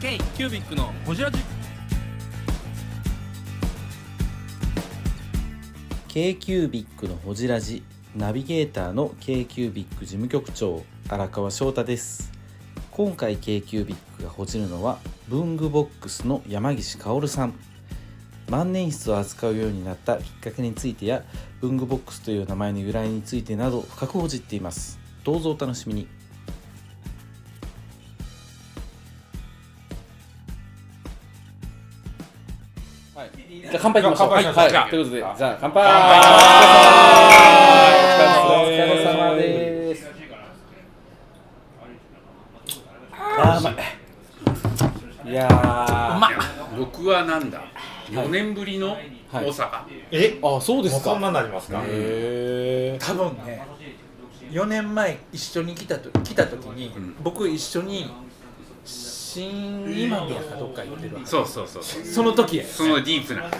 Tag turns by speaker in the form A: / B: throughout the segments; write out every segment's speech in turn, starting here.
A: K キュービックのホジラジ
B: k q u b i c のほじラジナビゲーターの k q u b i c 事務局長荒川翔太です今回 k q u b i c がほじるのは文具ボックスの山岸薫さん万年筆を扱うようになったきっかけについてや文具ボックスという名前の由来についてなど深くほじっていますどうぞお楽しみにじゃあ乾杯いきましょう。
C: 乾杯しましょう
B: はい
C: じゃあ
B: ということで、じゃあ乾杯。お
C: 乾
B: 疲れ様です。あーうまい。いやー。
A: まっ
C: 僕はなんだ4年ぶりの大阪、
D: え
B: あ、そうです
D: そん
B: か。
D: なになりますか、
B: へー。
E: 多分ね4年前一緒に来たと来た時に、
C: ん
E: 僕一緒に新今宮かどっか行ってるわ
C: そうそうそう そう
E: その時や
C: そのディープなはい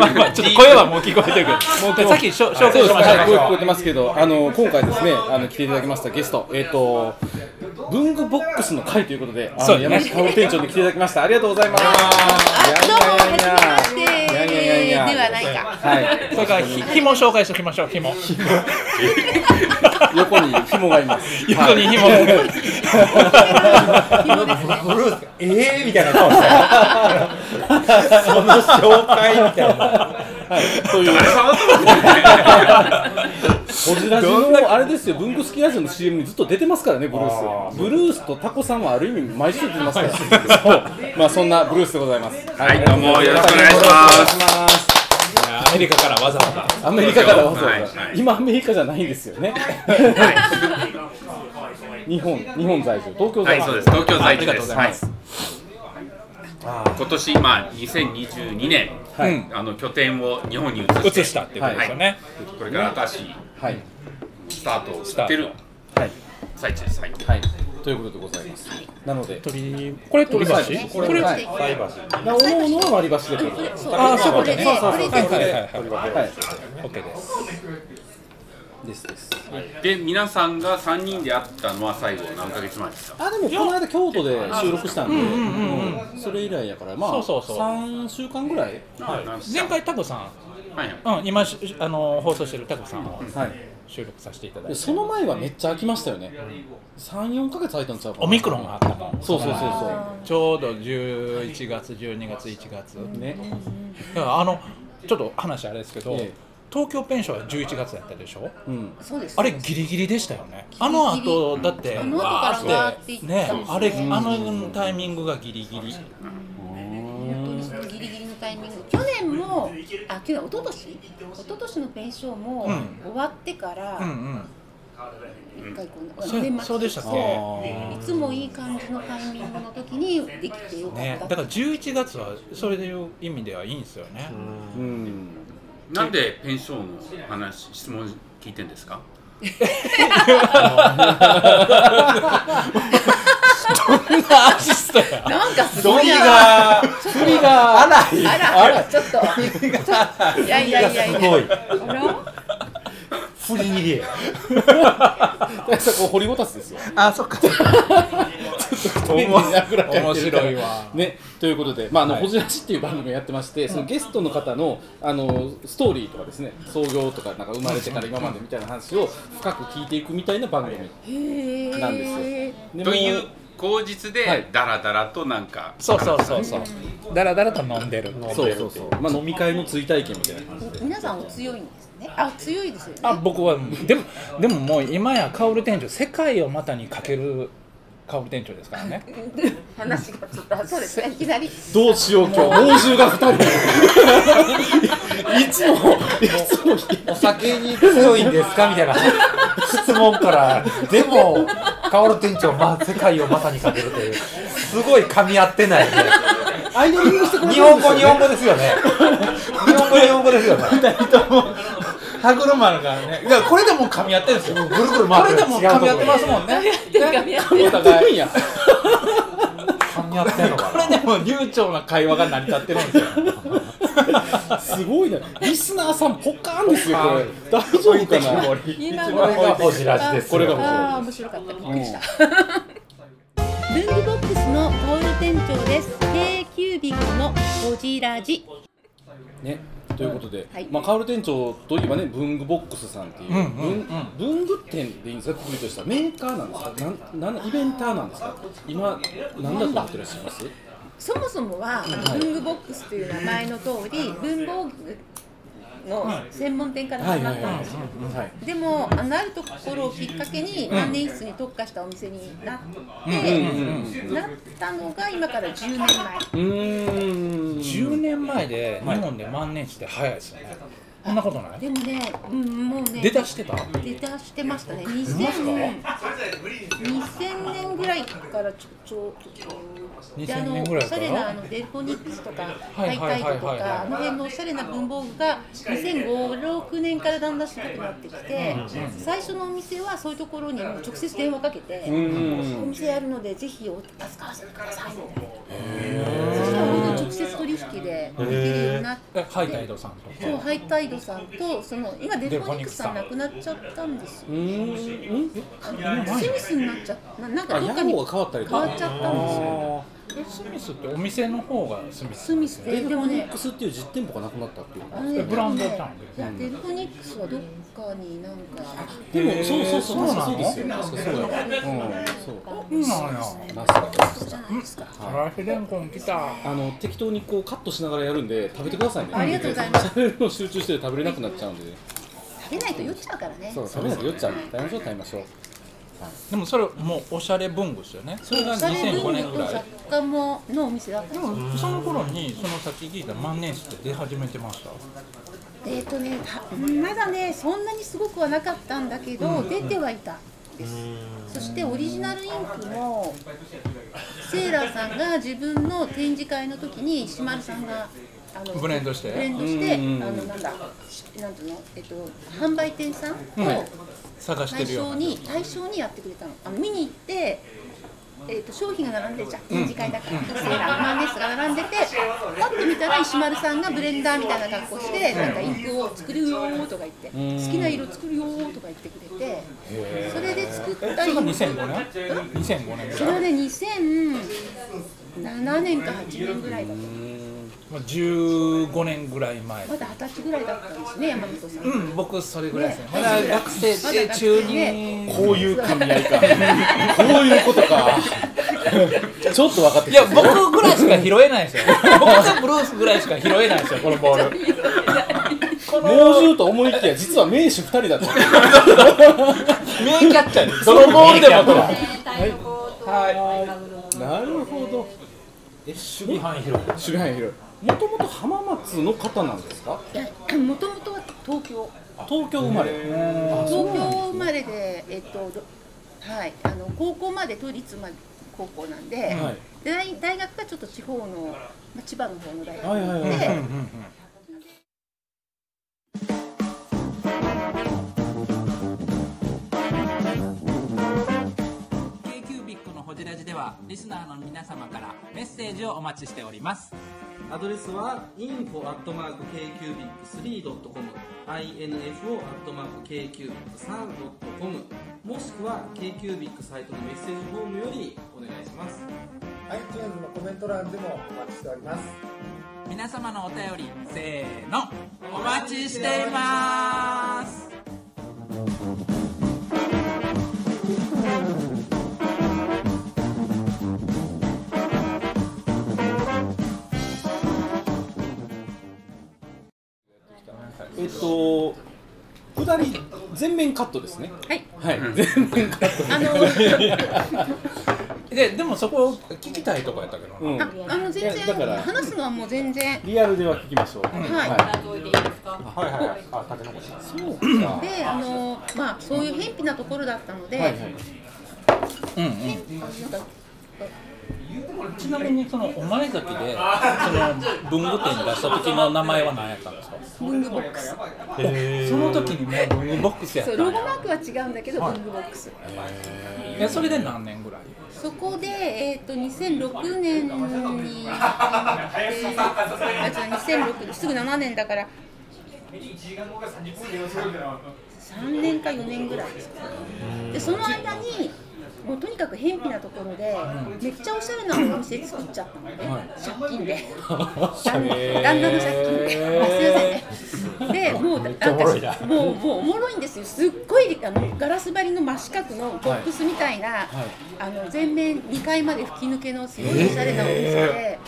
A: まあまあちょっと声はもう聞こえ てるけどもうさっきしょ紹
B: そ
A: 介
B: うで
A: し
B: す
A: まし
B: はい、
A: た
B: 声
A: ね
B: 聞こえてますけど、あの今回ですね、あの来ていただきましたゲスト、えっ、と文具ボックスの会ということで、あ
A: そう
B: の
A: ね
B: 山下薫店長に来ていただきました。ありがとうございます。い
F: どうも、はじめまし
B: やいやいやい
F: て
B: や
F: ではないか。
B: はい、
A: それからひ紐紹介しておきましょう紐
B: 横に紐がいます。
A: 横に紐
B: はい
F: 紐ですね。
D: えーみたいな顔してその紹介みたいな
B: はい、そういう。ホジラジのあれですよ、文具好きラジオの CM にずっと出てますからね、ブルー
D: あ
B: ス。ブルースとタコさんはある意味毎週出てますから。そう、まあそんなブルースでございます。
C: はいどうもよろしくお願いします
B: す。
A: アメリカからわざわざ
B: アメリカからわざわ
C: はい
B: ざ
C: は。い
B: 今アメリカじゃないんですよね。日本、日本在住、東京
C: は
B: 在
C: い
B: 住。
C: そうです東京在
A: あり
C: 地
A: がと
C: で
A: うござ
C: す
A: い
C: は
A: ま
C: い
A: す
C: 今年今2022年、
B: はい
C: うんあの拠点を日本に移して
A: 移したっていうことですよね
C: これから新しい
B: はい。
C: スタートを切ってる
B: はい。
C: 最中ですはい
B: はい。ということでございます。なので。
A: 鳥これ鳥橋
B: そうですねこれ、はい。
D: 菜箸
B: なおのおのは割り箸で。
F: これ、そう、
A: ああそういうこ
F: ことれ
A: ね
F: で、
A: そうそう
F: こ
A: そう
F: れ
A: はいは
F: で。
A: いはいは
B: はい。
A: い OK です
B: ですです。
C: で皆さんが3人で会ったのは最後何ヶ月前ですか
B: あでもこの間京都で収録したんで、うんそれ以来やからまあ
A: そうそうそう
B: 三週間ぐらい。
C: はいはい
A: 前回タコさ
C: はい
A: んうん今しあの放送してるタコさんを
B: はい。
A: 収録させていただい
B: で
A: て
B: その前はめっちゃ空きましたよね。三四ヶ月空いたんちゃうかな。
A: オミクロンがあったもん
B: そうそうそう
A: ちょうど11月12月1月
B: そう。ね。
A: だからあのちょっと話あれですけど、
B: ええ
A: 東京ペンションは11月やったでしょ
B: うん。
F: そうです。
A: あれギリギリでしたよねあの後だって
F: あの後
A: わ
F: からわーって
A: ー
F: い
A: っ
F: ってた
A: ね
F: もんね
A: あれあのタイミングがギリギリ
F: 本当にそのギリギリのタイミング。去年も、あ、去年、一昨年、一昨年の弁償も
A: うん
F: 終わってから
A: うんう。ん
F: 一回こんな
A: そ
F: 年末
A: そうでしたっ
B: あ
A: け
B: ー
F: いつもいい感じのタイミングの時に、できてよか
A: ね
F: っ
A: だ
F: た
A: から。11月はそれでいう意味ではいいんですよね、
B: うん。
C: なんでペンションの話質問聞いてんですか
A: アシストや
F: なんかすごいな。
B: 振りが荒い。
F: あら、あら、ちょっと。いやいやいやい
D: す
F: や。
D: ごい
F: あら。
D: 振り切り
B: 大佐こう掘りごたつですよ。
E: あそっか
B: 面
A: 面白いわ
B: ね、ということで、まああのホジラジっていう番組をやってまして、そのゲストの方のあのストーリーとかですね、創業とかなんか生まれてから今までみたいな話を深く聞いていくみたいな番組
F: へ
B: なんです
F: え。
B: で
C: と
B: も
C: いう口実
B: は
C: で
B: い
C: ダラダラとなんか
A: そうそうそうそうだらだらと飲んでる
B: そうそうそう、まあ、飲み会の追体験みたいな感じで、
F: 皆さんお強いんですね。あ、強いですよね。
A: あ僕はでもでももう今や薫店長世界を股にかける薫店長ですからね
F: 話がちょっとそうですねいきなり
B: どうしよう、今 日猛獣が2人、いつも、いつも、
D: お酒に強いんですかみたいな質問からでも薫店長、まあ、世界をまさにかけるというすごい噛み合ってない
B: アイドリングしてくれ
D: 日本語日本語ですよね日本語日本語ですよね
E: 歯車だからねいやこれでもう噛み合ってるんですよ
D: ぐるぐる
E: こ
D: 回
E: れ
D: って
E: で
D: る
E: もう噛み合ってますもんね
B: お互いや、
D: 噛み合ってんのか
E: これでもう流暢な会話が成り立ってるんですよ
B: すごいな、リスナーさん、ポカーンですよ、これ、大丈夫かな。
F: 今
D: なこれがホジラジですよ
B: これが
F: ああ面白かったびっくりした文具ボックスのタオル店長です。K キュービックのゴジラジ。
E: ね、ということで、
F: はい
E: まあ、カオル店長といえばね、文具ボックスさんっていう、
A: うんうんうん
E: 文文具店でいいんですか、くくりとしたらメーカーなんですか、なんなんイベンターなんですか、今、なんだと思ってらっしゃいます
F: そもそもは、あの文具ボックスという名前の通り、文房具の専門店から始まったんですよ。
E: はい、
F: でも、あのあるところをきっかけに、万年筆に特化したお店になって、なったのが今から10年
E: う
F: 前。
E: ーん、
A: 10年前で日本で万年筆って早いですよねそんなことない
F: でもね、うん、もうね、
A: 出だしてた
F: 出だしてましたね。2000 2000年ぐらいからちょちょちょであ
A: 2000
F: の
A: 年ぐ
F: お
A: らい
F: し
A: か
F: ゃ
A: ら
F: れなあのデルフォニックスとか
A: いは
F: ハイ
A: い
F: タ
A: はい
F: イ
A: はい
F: トとかあの辺のおしゃれな文房具が2005、6年からだんだんしなくなってきて最初のお店はそういうところにもう直接電話かけてお店やるのでぜひお扱わせてくださいみたいなそしたら本当に直接取引でできるようになって。
A: えハイタイドさんと
F: そうハイタイドさんとその今デルフォニックスさんなくなっちゃったんですよ。
E: うーん、
F: スミスになっちゃったななんか
E: あ、
F: どっ
E: 屋
F: かに
E: 号が変わったりと
F: 変わ
E: か、
F: っちゃったんですよ。
A: えスミスってお店の方がスミス
F: スミスで
E: デ
F: で
E: ルフ
F: も
E: ォニッ
F: ね
E: ク。スっていう実店舗がなくなったっていう
F: あれね
A: ブランドじゃん
F: いやデルフォニックスはどっかになんか
E: でも、そうそうそう、
A: そうなの
E: そうですよ、確かそうやわうん、そう、
A: そうなんや
E: マスター
F: そうじゃないですか。
A: からしレンコン来た
E: あの適当にこうカットしながらやるんで食べてくださいね。
F: ありがとうございます
E: 喋るの集中してて食べれなくなっちゃうんでね。
F: 食べないと酔っちゃうからね。
E: そう食べないと酔っちゃう。食べましょう食べましょう。
A: でもそれもうおしゃれ文具ですよねそれが
F: おしゃれ
A: 2005
F: 文具
A: 年
F: と
A: ぐらい
F: 雑貨ものお店だったん
A: で
F: ですよ。
A: もその頃にその先聞いた万年筆って出始めてました
F: えっとねたまだねそんなにすごくはなかったんだけど出てはいたんです。そしてオリジナルインクもセーラーさんが自分の展示会の時に石丸さんがあの
A: ブレンドして
F: ブレンドしてあのなんだしなんていうのえっと販売店さんを
A: 探して
F: 対
A: るよう
F: 象
A: な
F: に対象にやってくれたの。あの見に行って。えー、と商品が並んでるじゃん展示会だから、セーラーマンネスが並んでてパッと見たら石丸さんがブレンダーみたいな格好してなんかインクを作るよーとか言って好きな色作るよーとか言ってくれてそれで作ったり
A: それが2005年2005年ぐ
F: それ
A: ら、
F: はいね2007年か8年ぐらいだった
A: まあ、15年ぐらい前
F: まだ二十歳ぐらいだったんですね山本さん、
A: うん僕それぐらいですね
F: ね
A: まだ学生
F: まだ
A: で
F: 学
A: 中
F: 生
A: に、
F: ね
E: こういう組合か。こういうことか。 ちょっと分かって
A: い
E: きた。
A: や僕ぐらいしか拾えないですよ僕とブルースぐらいしか拾えないですよこのボール
E: 猛獣と思いきや実は名手二人だった。
A: 名キャッチャーです
E: そのボールでまた。
G: はい。
E: なるほど。え守備範
D: 範囲広い
E: 守備範囲広い。もともと浜松の方なんですか。
F: もともとは東京
E: 東京生まれ。
F: 東京生まれで、えっと、どはい、あの高校まで都立ま高校なんで、
E: はい
F: で大大学がちょっと地方の、まあ、千葉の方の大学
E: はいはいはい
F: で、
G: K-Cubic のホジラジでは、リスナーの皆様からメッセージをお待ちしております。
B: アドレスは info.kcubic3.com info.kcubic3.com もしくは KQBIC サイトのメッセージフォームよりお願いします
G: 皆様のお便り、せーの、お待ちしています
E: えっと下り全面カットですね。
F: はい、
E: はい。全面カット。
F: あの、
A: ででもそこを聞きたいとこやったけどな、
E: うん。
F: ああの全
E: いやだか
F: 然
E: ら
F: 話すのはもう全然、
E: リアルでは聞きましょう。
F: はい。
D: はいはいはいあ竹の子さん
E: そうか。
F: で、あのまあそういう偏僻なところだったので、
E: はいはい。
F: なんか
A: ちなみにそのお前崎でその文具店出した時の名前は何やったんですか
F: 文具ボックス、
A: その時にね文具ボックスやった
F: そうんロ
A: や
F: ゴマークは違うんだけど、文具ボックス。
A: えそれで何年ぐらい
F: そこで、えっと2006年に、えーあ違う2006すぐ7年だから3年か4年ぐらいですかねでその間にもうとにかく偏僻なところで、めっちゃおしゃれなお店作っちゃったので、借金で旦那旦那の借金ですいませんねでもうなん
D: ちゃおもろいな
F: かもうもうおもろいんですよすっごいあのガラス張りの真四角のボックスみたいな、あの全面2階まで吹き抜けのすごいおしゃれなお店で、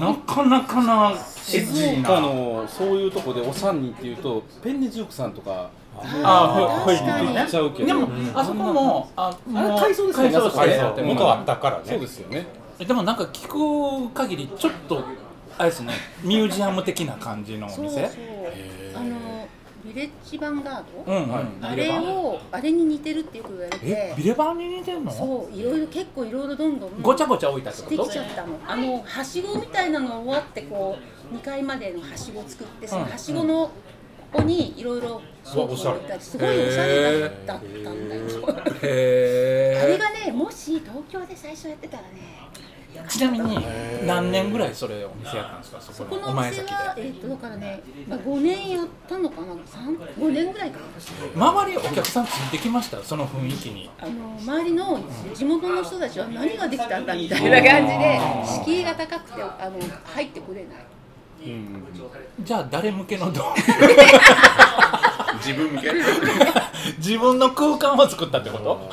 A: なかなかな
E: 静岡のそういうとこでお三人っていうとペンネジュークさんとか
A: あほい
F: 確かに
E: 言っちゃうけど
A: でも、あそこもあもう
E: あれ改装ですよね
A: 改装
E: あそこ
A: 改
E: ね
A: 装
E: でも
D: 元あったから
E: そう
D: ね
E: ですよね
A: でもなんか聞く限りちょっとあれですねミュージアム的な感じのお
F: そう
A: 店
F: そうあのビレッジヴァンガー
A: う
F: ド、
A: ん、はい、
F: あれをあれに似てるってよく言われ
A: え
F: て
A: ビレバンに似てんの
F: そういろいろ結構いろいろどんどん
A: ごちゃごちゃ置いたって
F: で
A: こと
F: きちゃったのあのはしごみたいなのをわってこう2階までのはしご作ってそのはしごのここにいろいろ商品を置いたりすごいおしゃれだったんだよ、あれ
A: へ
F: がねもし東京で最初やってたらね
A: えちなみに何年ぐらいそれお店やったんですかそこ
F: こ
A: の
F: の
A: お
F: お
A: 前
F: 店
A: 先で
F: はえっ、とだからね、まあ、5年やったのかな5年ぐらいかな
A: 周りお客さんついてきましたその雰囲気に
F: あの周りの地元の人たちは何ができたんだみたいな感じで敷居が高くてあの入ってこれない
A: じゃあ誰向けの動画
C: 自分向け
A: 自分の空間を作ったってこと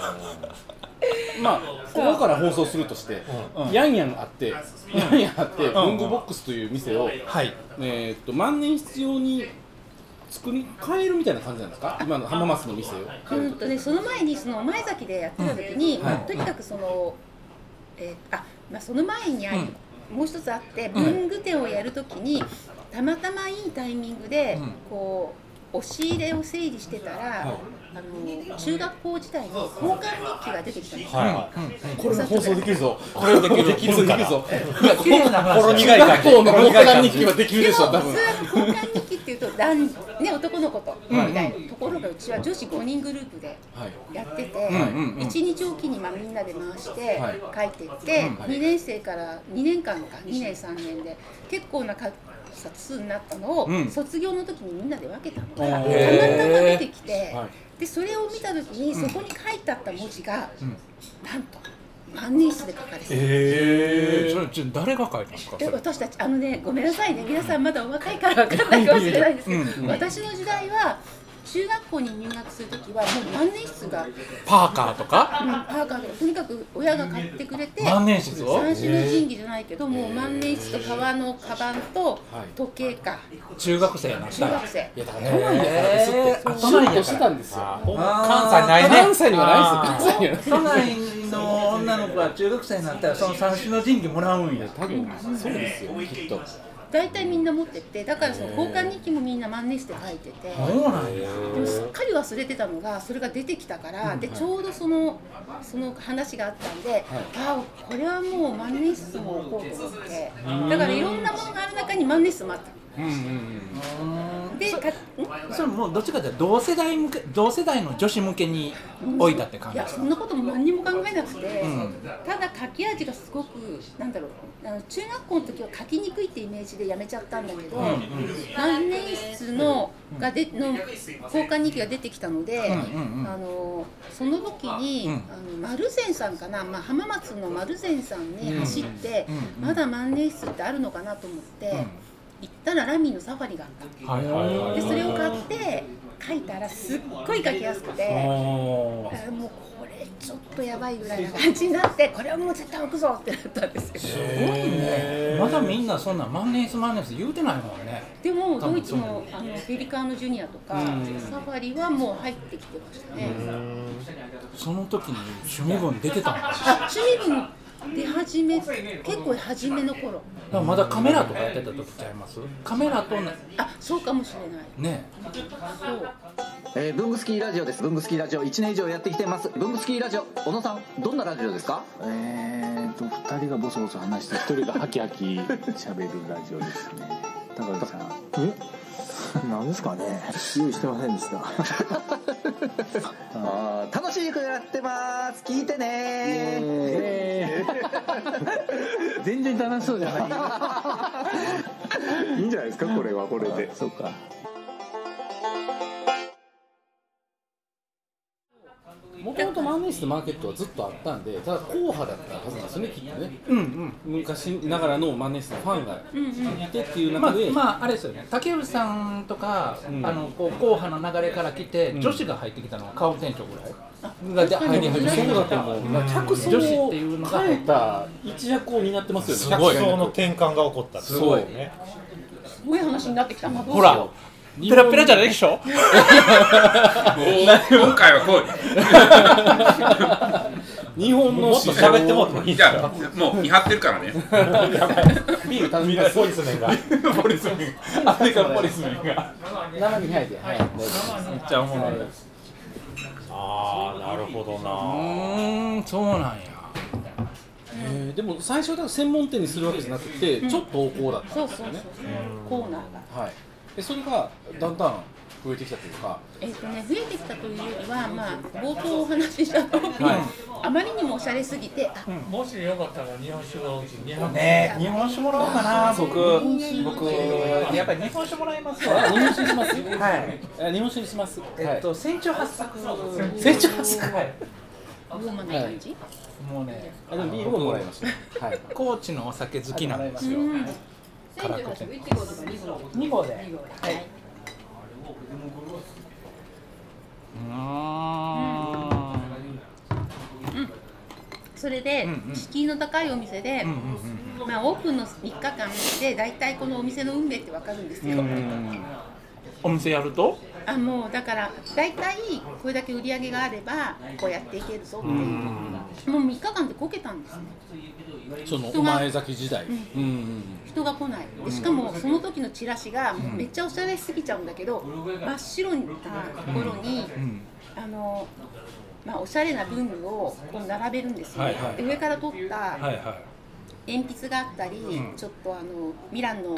E: まあここから放送するとして、ヤンヤンあって、ヤンヤンあって、文具ボックスという店を、
A: はい
E: えーっと万年必要に作り変えるみたいな感じなんですか今の浜松の店を、
F: うんとね、その前にその前崎でやってた時に、まあとにかくその、えーあまあ、その前にあり、もう一つあって文具店をやる時にたまたまいいタイミングで、こう押し入れを整理してたら、あの中学校時代に交換日記が出てきたんですよ、
E: これも放送できるぞ
A: これできる
E: できるかぞ
A: いや綺麗な話
D: ほ
A: だ
D: ろ
A: よ
D: 苦い感じ
E: この交換日記はできるでしょ多
F: 普
E: 分
F: 通あの交換日記っていうと男、ね、男の子とみたいなところがうちは女子5人グループで
E: はい
F: やってて、
A: んうん
F: 一日おきにまあみんなで回して
E: はい
F: 書いていって、2年生から2年間か2年3年で結構な数数になったのを、
A: ん
F: 卒業の時にみんなで分けたのがたまたま
A: へー
F: 出てきて、
E: はい
F: でそれを見た時にそこに書いてあった文字が、なんと万年筆で書かれてた。
A: えー、それちょ誰が書いたんですか
F: え
A: それ
F: 私たちあのねごめんなさいね皆さんまだお若いから分かんないかもしれないですけど、私の時代は中学校に入学する時はもう万年筆が、うん、
A: パーカーとか
F: パーカーでとにかく親が買ってくれて
A: 万年筆を
F: 三種の神器じゃないけどもう万年筆と革のカバンと時計か
A: 中学生なっ
F: 中
A: たら
F: 学生
A: えー、あ
E: シュッとしてたんですよ
D: 関西ないね
E: 関西にはないですよ関西にはない
A: 都内の女の子は中学生になったらその三種の神器もらうんや
E: 多分そうですよきっと
F: 大体みんな持ってってだからその交換日記もみんな万年筆で書いてて。
A: そうなんや
F: でもすっかり忘れてたのがそれが出てきたから、でちょうどそのその話があったんで、ああこれはもう万年筆も置こうと思ってだからいろんなものがある中に万年筆もあった。でかん
A: それもうどっちかというと同世代向け同世代の女子向けに置いたって感
F: い
A: じで
F: や
A: す
F: そ
A: か
F: んなことも何にも考えなくて、ただ書き味がすごくなんだろうあの中学校の時は書きにくいってイメージでやめちゃったんだけど、万年筆のがでの交換日記が出てきたので、あのその時に、あの丸善さんかな、まあ、浜松の丸善さんに走って、まだ万年筆ってあるのかなと思って、行ったらラミーのサファリがあった。
A: はいはいは
F: でそれを買って書いたらすっごい書きやすくてあもうこれちょっとやばいぐらいな感じになってこれはもう絶対置くぞってなったんですよ
A: すごいねまだみんなそんな万年筆万年筆言うてないもんね
F: でもドイツのあのペリカーノジュニアとかサファリはもう入ってきてましたね
A: その時に趣味文出てたんだだか
F: あ趣味分出始め結構初めの頃
A: らまだカメラとかやってた時ちゃいますカメラとな
F: あそうかもしれない
A: ね
F: そう
H: えー、ブングスキーラジオです。ブングスキーラジオ1年以上やってきてます。ブングスキーラジオ、小野さん、どんなラジオですかえーと、2人がボソボソ話して、1人がハキハキ喋るラジオですね。高橋さん。えなんですかね用意してませんでした。あー楽しい曲やってます。聞いてね全然楽しそうじゃない。いいんじゃないですか、これはこれで。そうか。
E: もともと万年筆マーケットはずっとあったんで、ただ硬派だったはずなんですよね、きっとね。
A: うん
E: 昔ながらの万年筆のファンがいてっていう
A: うんま
E: 中
A: あ
E: で、
A: まああれですよね竹内さんとか、
E: うん
A: あのこう硬派の流れから来て、女子が入ってきたのは顔店長ぐらい
E: がで入り始め
F: そう
E: だと思う客層
A: 女子
E: を
A: っていうのが
E: 変えた一躍を担ってますよね。
D: すごい。
E: 客
D: そ
E: 層
D: の
E: の
D: 転換が起こった。すごいね。
F: すごい話になってきたま
A: ほらペラペラじゃないでしょ
C: 今回は来
E: 日本の
D: もっと喋ってもらってもい
C: い。
D: い
C: じ
D: です
C: ゃ
D: か。
C: あ、もう見張ってるからね。
E: ビール頼みます。
D: ポリスメンが。
E: ポリスメン。アメリカポリスメンが。生に入って。はい。
A: めっちゃおもろいう
D: ああ、なるほどな。
A: ーんそうなんや
E: えーでも最初だから専門店にするわけじゃなくて、ちょっと横行だったん
F: そう
E: です
F: そう
E: よ
F: そう
E: ね。
F: コーナーが
E: はい。でそれがだんだん増えてきたというか、
F: えっ、とね増えてきたというよりはまあ冒頭お話ししたと、あまりにもおしゃれすぎてあ
I: もしよかったら日本酒が美味しい。日本酒
A: ねえ日本酒もらおうかな僕
E: 僕
A: やっぱり日本酒もらいます
E: あ
A: わ
E: 日本酒にします。
A: はい
E: あ日本酒にします。
A: えっと船長発作
E: 成長発作
A: はい
F: ウォーマンな感じ、
A: もうね
E: あでもビールももらいました。はい。
A: 高知のお酒好きなんで
E: ですよ。
A: 2号で
F: はい、
A: うーん
F: それで、
A: うんうん
F: 敷居の高いお店で、まあ、オープンの3日間で大体このお店の運命ってわかるんですよ、
A: お店やると
F: あもうだから大体これだけ売り上げがあればこうやっていけるぞっていう、もう3日間でこけたんですね
E: そのお前崎時代。うんうんうん。
F: 人が来ないでしかもその時のチラシがもうめっちゃおしゃれしすぎちゃうんだけど、真っ白なところに、あのまあ、おしゃれな文具をこう並べるんですよ、
A: はいはい
F: で上から取った
A: はいは
F: 鉛筆があったり、ちょっとあのミランの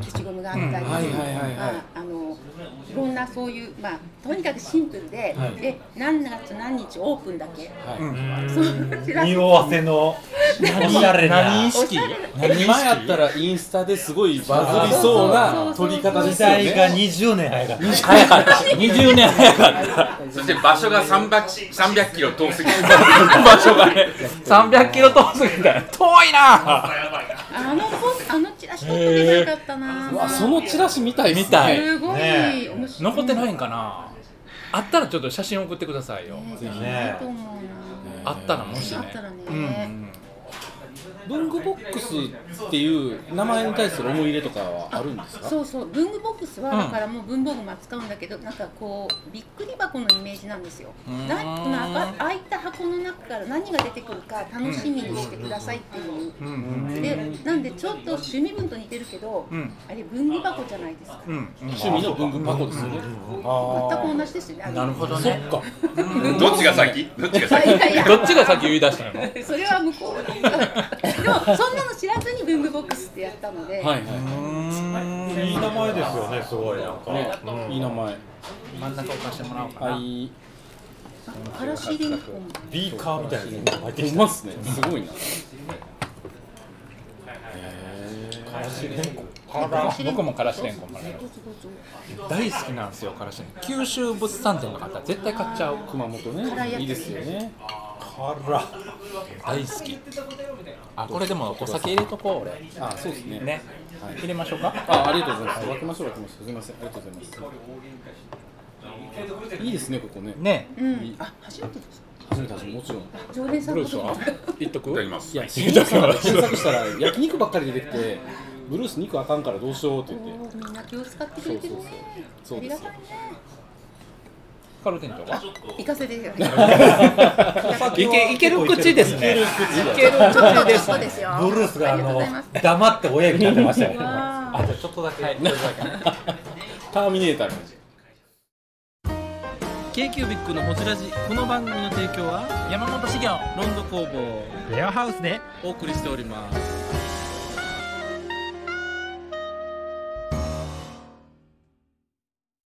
F: 消しゴムがあったり、
E: はいはいはいは
F: まあ
E: い。
F: あのいろんなそういうまあとにかくシンプルで、で何月何日オープンだけ、
E: はい
F: そういう知らせ
D: 匂わせの。おしゃれな。
F: おしゃれな
E: 今やったらインスタですごいバズりそうな撮り方で
D: 時
E: すよ
D: 代が
E: ね。
D: 20年早かった。
A: 早かった20年早かった
C: そして場所が300 300キロ遠すぎる。
A: 場所がね300キロ遠すぎたよ遠いな
F: あのポスあのチラシ取っとけばよかったな、
E: うわそのチラシ見たいで
A: 見
E: すね。
A: たい
F: すごい、
D: ねえ
F: 面白い
A: 残ってないんかなあったらちょっと写真送ってくださいよ
F: ねえ
D: ひね
F: ないと思うな、
A: あったらもし
F: あった
A: ね
F: らね、
A: うん
E: 文具ボックスっていう名前に対する思い入れとかはあるんですか？
F: そうそう文具ボックスは
A: うん
F: だからもう文房具も扱うんだけど、なんかこうびっくり箱のイメージなんですよ。
A: ーん
F: なこの開か開いた箱の中から何が出てくるか楽しみにしてくださいっていう。
A: うんうん
F: でなんでちょっと趣味文と似てるけど、
A: ん
F: あれ文具箱じゃないですか。
A: うん
E: 趣味の文具箱ですよね。
F: 全く同じですよね。
A: なるほどね
C: どっちが先どっちが
F: いや
C: 先
F: いやいや
A: どっちが先言い出したの
F: それは向こう ででもそんなの知らずに文具ボックスってやったので、
E: はいはい
D: い名前ですよね。すごいなんか。
E: い。ね、いい名前。
A: 真ん中置かしてもらおうかな
E: はい。
F: カラシリンコン
D: ビーカーみたいなのが入って
E: う
D: きた。
E: ますね。すごいな。
F: からしれんこ
A: 僕もからしれんこんもらえる大好きなんですよからしれんこ九州物産展とかあったら絶対買っちゃう
E: 熊本ね。いいですよね。
D: 辛っ
A: 大好きあこれでもお酒入れとこう俺
E: あ、そうですね。
A: ね入れましょうか
E: あ、ありがとうございます。分けましょう分けましょう。すみません。ありがとうございます。いいですねここね。
A: ね
F: うん、あ初めてです
E: 初めて初めてもちろん。
F: 常連さん
E: どう
F: の
E: でし
F: こ
E: ょ
F: と
E: う
F: か。
E: 言っとく
C: いただきます
E: いや、新庄さんが検索したら焼肉ばっかり出てきて、ブルース肉あかんからどうしようって言って。
F: おーみんな気を使ってくれてるね。
E: そうそうそうそう
F: ありがたいね。
A: カルテンとか
F: 行かせてよ。ちょっ
A: いけいける口ですねいける
F: と
A: 口
F: ち
A: で
F: ょっ
A: す
F: と
A: ね
F: ですよ。
D: ブルースが
F: あ
D: あ
F: りがとうございま
D: の
F: す。
D: 黙って親指立てましたよ。
F: わ
D: あとちょっとだけ。
E: ターミネーターの
B: k q b i c のほじラジこの番組の提供は山本資源ロンド工房
I: レアハウスで
B: お送りしております